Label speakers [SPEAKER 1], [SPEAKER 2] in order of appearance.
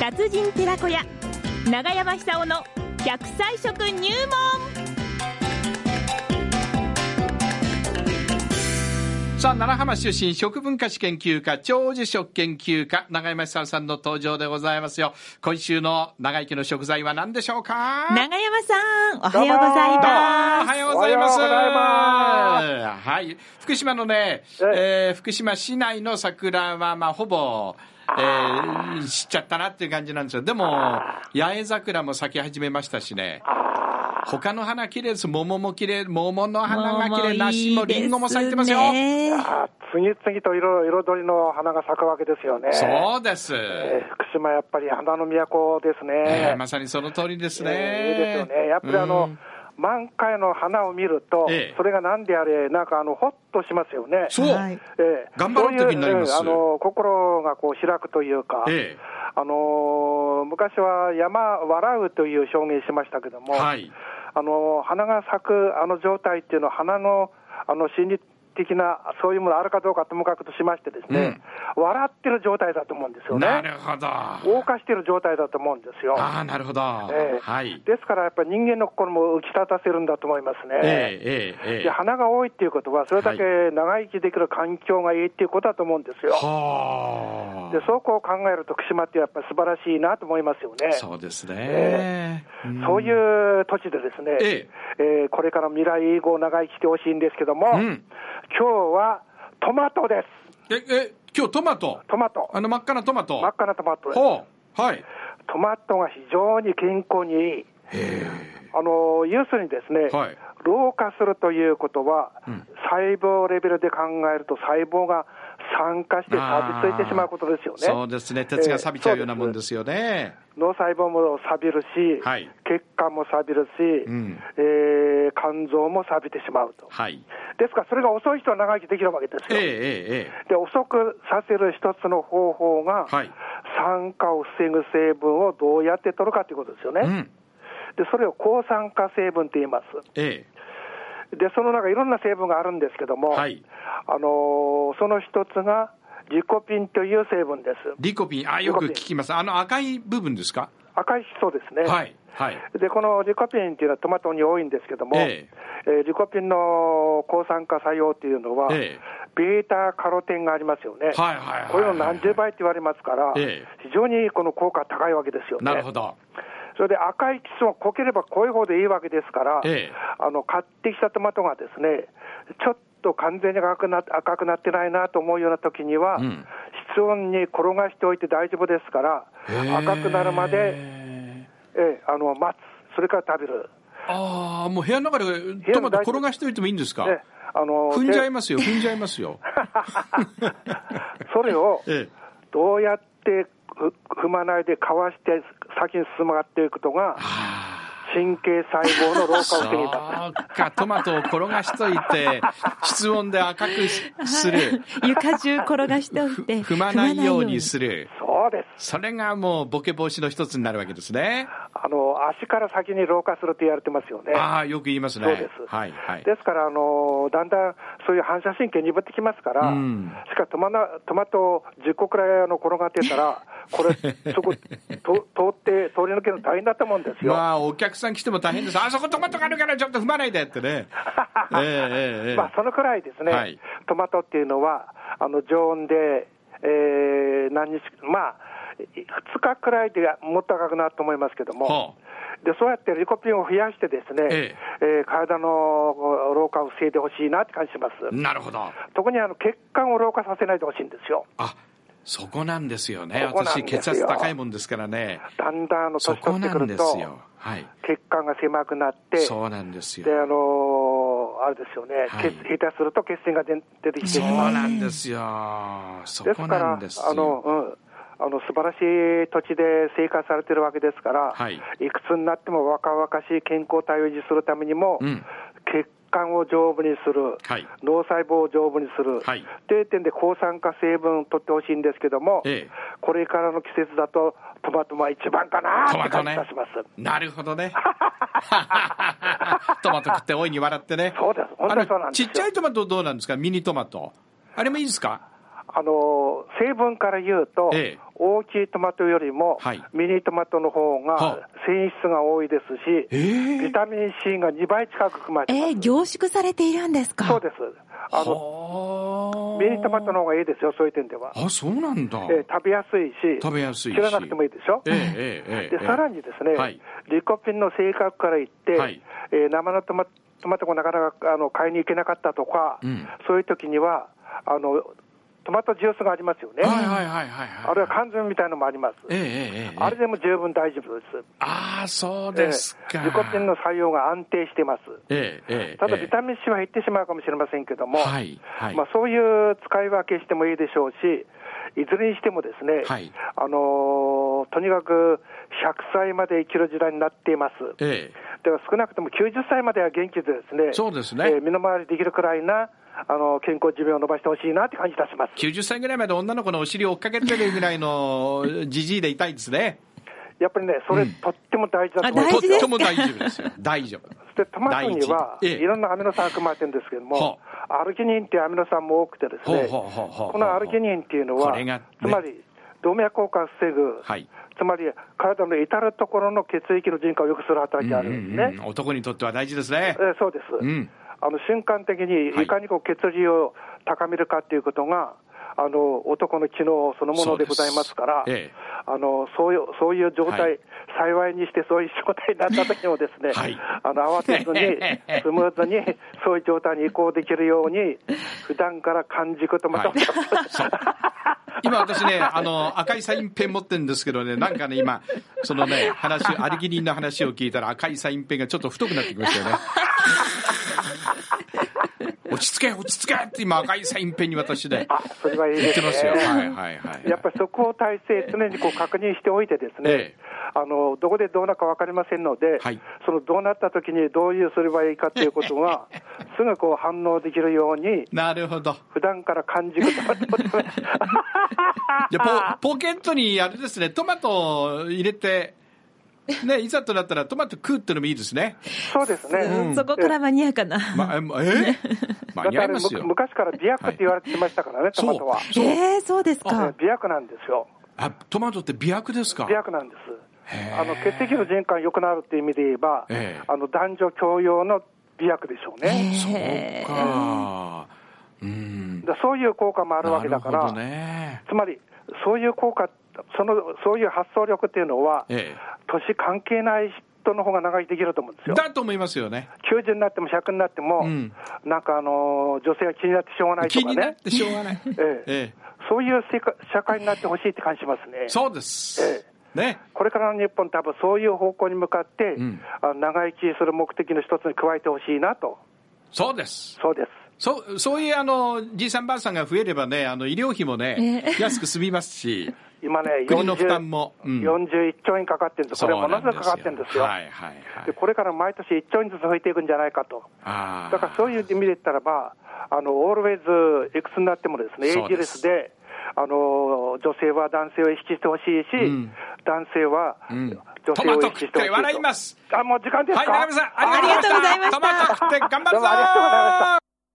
[SPEAKER 1] 達人寺子屋長山久夫の100歳食入門
[SPEAKER 2] さあ、奈良浜出身、食文化史研究家、長寿食研究家、長山久夫さんの登場でございますよ。今週の長生きの食材は何でしょうか
[SPEAKER 1] 長山さんおはようござい
[SPEAKER 2] どうもお
[SPEAKER 1] ま
[SPEAKER 2] はようございます。
[SPEAKER 3] おはようご
[SPEAKER 2] はい。福島のね、えー福島市内の桜は、まあ、ほぼ、えー知っちゃったなっていう感じなんですよ。でも、八重桜も咲き始めましたしね。他の花綺麗です。桃も綺麗、桃の
[SPEAKER 1] す
[SPEAKER 2] 花が綺
[SPEAKER 1] う
[SPEAKER 2] 麗、梨もリンゴも咲いてますよ。
[SPEAKER 1] いいですね
[SPEAKER 3] あ次々といろいろ彩りの花が咲くわけですよね。
[SPEAKER 2] そうです。
[SPEAKER 3] えー福島やっぱり花の都ですね。
[SPEAKER 2] えーまさにその通りですね。
[SPEAKER 3] えーいいですよね。やっぱりあ
[SPEAKER 2] う
[SPEAKER 3] の、
[SPEAKER 2] ん
[SPEAKER 3] 満開の花を見ると、
[SPEAKER 2] ええ
[SPEAKER 3] それが何であれ、なんかあの、ほっとしますよね。
[SPEAKER 2] そう、
[SPEAKER 1] はい
[SPEAKER 3] ええ
[SPEAKER 2] 頑張ろうという気になります
[SPEAKER 3] そういううんあの、心がこう開くというか、
[SPEAKER 2] え
[SPEAKER 3] あのー昔は山笑うという表現しましたけど
[SPEAKER 2] え
[SPEAKER 3] も、
[SPEAKER 2] はい。
[SPEAKER 3] あの花が咲くあの状態っていうのは、花のあの心理的な、そういうものあるかどうかともかくとしまして、ですね、笑ってる状態だと思うんですよ
[SPEAKER 2] な
[SPEAKER 3] ね、
[SPEAKER 2] るほど。あ
[SPEAKER 3] 謳歌してる状態だと思うんですよ。
[SPEAKER 2] あー、なるほど。
[SPEAKER 3] ええ
[SPEAKER 2] はい。
[SPEAKER 3] ですからやっぱり人間の心も浮き立たせるんだと思います
[SPEAKER 2] ええ
[SPEAKER 3] ね。
[SPEAKER 2] ええええ
[SPEAKER 3] で花が多いっていうことは、それだけ長生きできる環境がいいっていうことだと思うんですよ。
[SPEAKER 2] はあ。
[SPEAKER 3] で、そうこう考えると、福島ってやっぱり素晴らしいなと思いますよね。
[SPEAKER 2] そうですね。ん
[SPEAKER 3] そういう土地でですね、
[SPEAKER 2] え
[SPEAKER 3] えーこれから未来永劫長生きしてほしいんですけども、
[SPEAKER 2] うん
[SPEAKER 3] 今日はトマトです。
[SPEAKER 2] え、え、今日トマト。
[SPEAKER 3] トマト。
[SPEAKER 2] あの真っ赤なトマト。
[SPEAKER 3] 真っ赤なトマトです。
[SPEAKER 2] ほう。はい。
[SPEAKER 3] トマトが非常に健康にいい。あの、要するにですね、
[SPEAKER 2] はい
[SPEAKER 3] 老化するということは、
[SPEAKER 2] うん
[SPEAKER 3] 細胞レベルで考えると細胞が酸化して錆びついてしまうことですよね。
[SPEAKER 2] そうですね。鉄が錆びちゃうようなもんですよね。
[SPEAKER 3] 脳細胞も錆びるし、
[SPEAKER 2] はい
[SPEAKER 3] 血管も錆びるし、
[SPEAKER 2] うん
[SPEAKER 3] えー肝臓も錆びてしまうと。
[SPEAKER 2] はい。
[SPEAKER 3] ですから、それが遅い人は長生きできるわけです
[SPEAKER 2] ええ
[SPEAKER 3] よ。
[SPEAKER 2] えええ
[SPEAKER 3] で、遅くさせる一つの方法が、
[SPEAKER 2] はい
[SPEAKER 3] 酸化を防ぐ成分をどうやって取るかということですよね。
[SPEAKER 2] えうん。
[SPEAKER 3] で、それを抗酸化成分って言います。
[SPEAKER 2] え
[SPEAKER 3] で、その中、いろんな成分があるんですけども、
[SPEAKER 2] はい
[SPEAKER 3] あのーその一つが、リコピンという成分です。
[SPEAKER 2] リコピン、あ、よく
[SPEAKER 3] リ
[SPEAKER 2] 聞
[SPEAKER 3] コピン
[SPEAKER 2] きます。あの赤い部分ですか。
[SPEAKER 3] 赤い色素ですね。
[SPEAKER 2] はい。はい。
[SPEAKER 3] で、このリコピンっていうのはトマトに多いんですけども、
[SPEAKER 2] え
[SPEAKER 3] えーリコピンの抗酸化作用っていうのは、
[SPEAKER 2] ええ
[SPEAKER 3] ベータカロテンがありますよね。
[SPEAKER 2] はいはいはい
[SPEAKER 3] これの何十倍って言われますから、
[SPEAKER 2] ええ
[SPEAKER 3] 非常にこの効果高いわけですよね。
[SPEAKER 2] なるほど。
[SPEAKER 3] それで赤い基礎が濃ければ濃いほどいいわけですから、
[SPEAKER 2] ええ
[SPEAKER 3] あの買ってきたトマトがですね、ちょっと完全に赤くな赤くなってないなと思うような時には、
[SPEAKER 2] うん
[SPEAKER 3] 室温に転がしておいて大丈夫ですから、赤くなるまで、
[SPEAKER 2] で。
[SPEAKER 3] ええあの待つ、それから食べる。
[SPEAKER 2] ああ、もう部屋の中でトマト転がしておいてもいいんですか。
[SPEAKER 3] ね、あの
[SPEAKER 2] 踏んじゃい
[SPEAKER 3] で
[SPEAKER 2] ますよ、踏んじゃいますよ。
[SPEAKER 3] それを
[SPEAKER 2] ええ
[SPEAKER 3] どうやってふ踏まないでかわして先に進まっていくことが神経細胞の老化を
[SPEAKER 2] そう
[SPEAKER 3] 防ぎます。
[SPEAKER 2] か、トマトを転がしとい て、室温で赤くしする。
[SPEAKER 1] 床中転がしておいて
[SPEAKER 2] 踏まないようにする。
[SPEAKER 3] そうです。
[SPEAKER 2] それがもうボケ防止の一つになるわけですね。
[SPEAKER 3] あの足から先に老化すると言われてますよね。
[SPEAKER 2] ああ、よく言いますね。
[SPEAKER 3] そうです。
[SPEAKER 2] はい、はい。
[SPEAKER 3] ですから、あのだんだんそういう反射神経鈍ってきますから、
[SPEAKER 2] うん
[SPEAKER 3] しかもトマナトマト10個くらいあの転がってたら、これ、そこ、と通って、通り抜けるの大変だと思うんですよ。
[SPEAKER 2] まあ、お客さん来ても大変です。あそこトマトがあるからちょっと踏まないでって ね。ええええええ
[SPEAKER 3] まあ、そのくらいですね、
[SPEAKER 2] はい
[SPEAKER 3] トマトっていうのは、あの常温で、えー何日、まあ、2日くらいでもっと赤くなると思いますけど
[SPEAKER 2] は
[SPEAKER 3] も、でそうやってリコピンを増やして、ですね、
[SPEAKER 2] え
[SPEAKER 3] えー体の老化を防いでほしいなって感じします。
[SPEAKER 2] なるほど。
[SPEAKER 3] 特にあの血管を老化させないでほしいんですよ。
[SPEAKER 2] あ、そこなんですよね。
[SPEAKER 3] そこなん
[SPEAKER 2] 私、
[SPEAKER 3] ですよ
[SPEAKER 2] 血圧高いもんですからね。
[SPEAKER 3] だんだんあの
[SPEAKER 2] そ
[SPEAKER 3] 年
[SPEAKER 2] こ
[SPEAKER 3] 取って
[SPEAKER 2] な
[SPEAKER 3] く
[SPEAKER 2] ん
[SPEAKER 3] る
[SPEAKER 2] で
[SPEAKER 3] と
[SPEAKER 2] す、よ。はい。
[SPEAKER 3] 血管が狭くなって、
[SPEAKER 2] そうなんですよ
[SPEAKER 3] で。あのーあれですよね、
[SPEAKER 2] はい
[SPEAKER 3] 血下手すると血栓が出出てきてし
[SPEAKER 2] そう
[SPEAKER 3] まう
[SPEAKER 2] なんですよ。そ
[SPEAKER 3] です
[SPEAKER 2] こ
[SPEAKER 3] か
[SPEAKER 2] なん
[SPEAKER 3] ら、
[SPEAKER 2] です
[SPEAKER 3] あの、
[SPEAKER 2] よ。
[SPEAKER 3] うん。あの素晴らしい土地で生活されてるわけですから、
[SPEAKER 2] はい
[SPEAKER 3] くつになっても若々しい健康体を維持するためにも、
[SPEAKER 2] うん
[SPEAKER 3] 血管を丈夫にする、
[SPEAKER 2] はい
[SPEAKER 3] 脳細胞を丈夫にする、
[SPEAKER 2] はい
[SPEAKER 3] という点で抗酸化成分を取ってほしいんですけども、
[SPEAKER 2] ええ
[SPEAKER 3] これからの季節だと、トマトは一番かな
[SPEAKER 2] ト
[SPEAKER 3] っ
[SPEAKER 2] マ
[SPEAKER 3] て
[SPEAKER 2] ト
[SPEAKER 3] 感じ
[SPEAKER 2] ね
[SPEAKER 3] がします。。
[SPEAKER 2] なるほどね。 トマト食って大いに笑ってね。
[SPEAKER 3] そうです本当にそうなんですよ
[SPEAKER 2] あのちっちゃいトマトどうなんですかミニトマト。あれもいいですか
[SPEAKER 3] あの成分から言うと、
[SPEAKER 2] ええ
[SPEAKER 3] 大きいトマトよりも、
[SPEAKER 2] はい
[SPEAKER 3] ミニトマトの方
[SPEAKER 2] は
[SPEAKER 3] が繊維質が多いですし、
[SPEAKER 2] ええ
[SPEAKER 3] ビタミン C が2倍近く含まれてます、
[SPEAKER 4] えー、凝縮されているんですか
[SPEAKER 3] そうですあの
[SPEAKER 2] はあ
[SPEAKER 3] ミニトマトの方がいいですよ、そういう点では。
[SPEAKER 2] あそうなんだ、
[SPEAKER 3] えー食べやすいし、
[SPEAKER 2] 食べやすいし
[SPEAKER 3] 知らなくてもいいでしょ。
[SPEAKER 2] ええええええ
[SPEAKER 3] でさらにですね、
[SPEAKER 2] はい
[SPEAKER 3] リコピンの性格から言って、
[SPEAKER 2] はい
[SPEAKER 3] えー生のトマトマトがなかなかあの買いに行けなかったとか、
[SPEAKER 2] うん
[SPEAKER 3] そういう時にはあの、トマトジュースがありますよね、
[SPEAKER 2] はいはいはいはい
[SPEAKER 3] あるいは缶詰みたいのもあります、
[SPEAKER 2] ええええええ
[SPEAKER 3] あれでも十分大丈夫です。
[SPEAKER 2] ああそうですか、
[SPEAKER 3] えーリコピンの作用が安定しています。
[SPEAKER 2] ええええ
[SPEAKER 3] ただ、
[SPEAKER 2] ええ
[SPEAKER 3] ビタミン C は減ってしまうかもしれませんけども、
[SPEAKER 2] はいはい、
[SPEAKER 3] まあ、そういう使い分けしてもいいでしょうし、いずれにしてもですね、
[SPEAKER 2] はい
[SPEAKER 3] あのーとにかく100歳まで生きる時代になっています。
[SPEAKER 2] え
[SPEAKER 3] では少なくとも90歳までは元気でですね、
[SPEAKER 2] そうですね
[SPEAKER 3] えー身の回りできるくらいな、あの健康寿命を伸ばしてほしいなって感じいたします
[SPEAKER 2] え。90歳ぐらいまで女の子のお尻を追っかけてるぐらいのじじいでいたいですね
[SPEAKER 3] やっぱりね、それ、とっても大事だと思いま
[SPEAKER 4] 大
[SPEAKER 3] す
[SPEAKER 4] 事。ですか
[SPEAKER 2] とっても大丈夫ですよ大丈夫
[SPEAKER 3] でトマトには、
[SPEAKER 2] 大事ええ
[SPEAKER 3] いろんなアミノ酸が含まれてるんですけども、アルギニンっていうアミノ酸も多くてですね、
[SPEAKER 2] ほうほうほうほうほう
[SPEAKER 3] このアルギニンっていうのは、
[SPEAKER 2] これがね
[SPEAKER 3] つまり動脈硬化を防ぐ、
[SPEAKER 2] はい
[SPEAKER 3] つまり体の至るところの血液の循環を良くする働きがあるんですね。
[SPEAKER 2] うんうんうん男にとっては大事ですね
[SPEAKER 3] えーそうです、
[SPEAKER 2] うん
[SPEAKER 3] あの瞬間的に
[SPEAKER 2] はい
[SPEAKER 3] いかにこう血流を高めるかということが、あの男の機能そのものでございますから、
[SPEAKER 2] そうですええ
[SPEAKER 3] あのそういうそういう状態、
[SPEAKER 2] はい
[SPEAKER 3] 幸いにしてそういう状態になった時もですね、
[SPEAKER 2] はい
[SPEAKER 3] あの慌てず にスムーズにそういう状態に移行できるように普段から感じことまた、
[SPEAKER 2] はい今私ね、あの、赤いサインペン持ってるんですけどね、なんかね、今、そのね、話、アリギリンの話を聞いたら赤いサインペンがちょっと太くなってきましたよね。落ち着け、落ち着けって今赤いサインペンに私ね、
[SPEAKER 3] あそれはいい
[SPEAKER 2] 言
[SPEAKER 3] で
[SPEAKER 2] っ
[SPEAKER 3] す
[SPEAKER 2] て
[SPEAKER 3] ね
[SPEAKER 2] ますよ。はいはいはい。
[SPEAKER 3] やっぱりそこを体制、常にこう確認しておいて、ですね、
[SPEAKER 2] ええ
[SPEAKER 3] あのどこでどうなるか分かりませんので、
[SPEAKER 2] はい
[SPEAKER 3] そのどうなった時にどういうすればいいかということ が、すぐこう反応できるように、
[SPEAKER 2] なるほど。
[SPEAKER 3] 普段から感じることが
[SPEAKER 2] じゃポポケットにあれですね、トマトを入れて、ね、いざとなったらトマト食うってのもいいですね。
[SPEAKER 3] そうですね。
[SPEAKER 4] うんそこからマニアかな。
[SPEAKER 2] ま、え、え
[SPEAKER 3] だ
[SPEAKER 2] 間
[SPEAKER 3] っ
[SPEAKER 2] に
[SPEAKER 3] て
[SPEAKER 2] 合
[SPEAKER 3] あ
[SPEAKER 2] いま
[SPEAKER 3] れむ
[SPEAKER 2] すよ。
[SPEAKER 3] 昔から媚薬って言われてましたからね、ト
[SPEAKER 2] そ
[SPEAKER 3] マ
[SPEAKER 2] う
[SPEAKER 3] トは。。
[SPEAKER 2] そう。
[SPEAKER 4] えー、そうですか。
[SPEAKER 3] 媚薬なんですよ。
[SPEAKER 2] あ、トマトって美薬ですか
[SPEAKER 3] 媚薬なんです。
[SPEAKER 2] へえ
[SPEAKER 3] あの血液の循環良くなるっていう意味で言えば、
[SPEAKER 2] ええ
[SPEAKER 3] あの男女共用の媚薬でしょうね。
[SPEAKER 2] そうか。うん。
[SPEAKER 3] だそういう効果もあるわけだから。
[SPEAKER 2] なるほどね。
[SPEAKER 3] つまり、そういう効果、そのそういう発想力っていうのは、
[SPEAKER 2] ええ
[SPEAKER 3] 年関係ない人の方が長生きできると思うんですよ。
[SPEAKER 2] だと思いますよね。
[SPEAKER 3] 90になっても100になっても、
[SPEAKER 2] うん
[SPEAKER 3] なんかあの女性が気になってしょうがないと
[SPEAKER 2] 気
[SPEAKER 3] か
[SPEAKER 2] になっ
[SPEAKER 3] ね、
[SPEAKER 2] てしょうがない。
[SPEAKER 3] ええ
[SPEAKER 2] ええ
[SPEAKER 3] そういう世界社会になってほしいって感じしますね。
[SPEAKER 2] そうです
[SPEAKER 3] え。
[SPEAKER 2] ね。
[SPEAKER 3] これからの日本、多分そういう方向に向かって、
[SPEAKER 2] ん
[SPEAKER 3] あの長生きする目的の一つに加えてほしいなと、
[SPEAKER 2] そうです。
[SPEAKER 3] そうです。
[SPEAKER 2] そう、そういうあの、じいさんばあさんが増えればね、あの、医療費もね、安く済みます し、
[SPEAKER 3] 今ね、
[SPEAKER 2] 国の負担もうん
[SPEAKER 3] 41兆円かかってるんです、これ、ものすごくかかってるんですよ、
[SPEAKER 2] はいはいは
[SPEAKER 3] で
[SPEAKER 2] い。
[SPEAKER 3] これから毎年1兆円ずつ増えていくんじゃないかと。
[SPEAKER 2] あ
[SPEAKER 3] だからそういう意味で言ったらば、あのオールウェイズいくつになってもですね、エ
[SPEAKER 2] そ
[SPEAKER 3] イ
[SPEAKER 2] う
[SPEAKER 3] ジ
[SPEAKER 2] で
[SPEAKER 3] レ
[SPEAKER 2] す
[SPEAKER 3] スで、あの女性は男性を意識してほしいし、
[SPEAKER 2] ん
[SPEAKER 3] 男性は
[SPEAKER 2] ん
[SPEAKER 3] 女性を意識
[SPEAKER 2] トマト食
[SPEAKER 3] してほしいと
[SPEAKER 2] って笑います。
[SPEAKER 3] あ、もう時間です
[SPEAKER 2] はい、
[SPEAKER 3] か。
[SPEAKER 2] 中山さん、あ
[SPEAKER 4] ありがとうございました
[SPEAKER 2] トマト食って頑張るぞ
[SPEAKER 3] どうもありがとうございました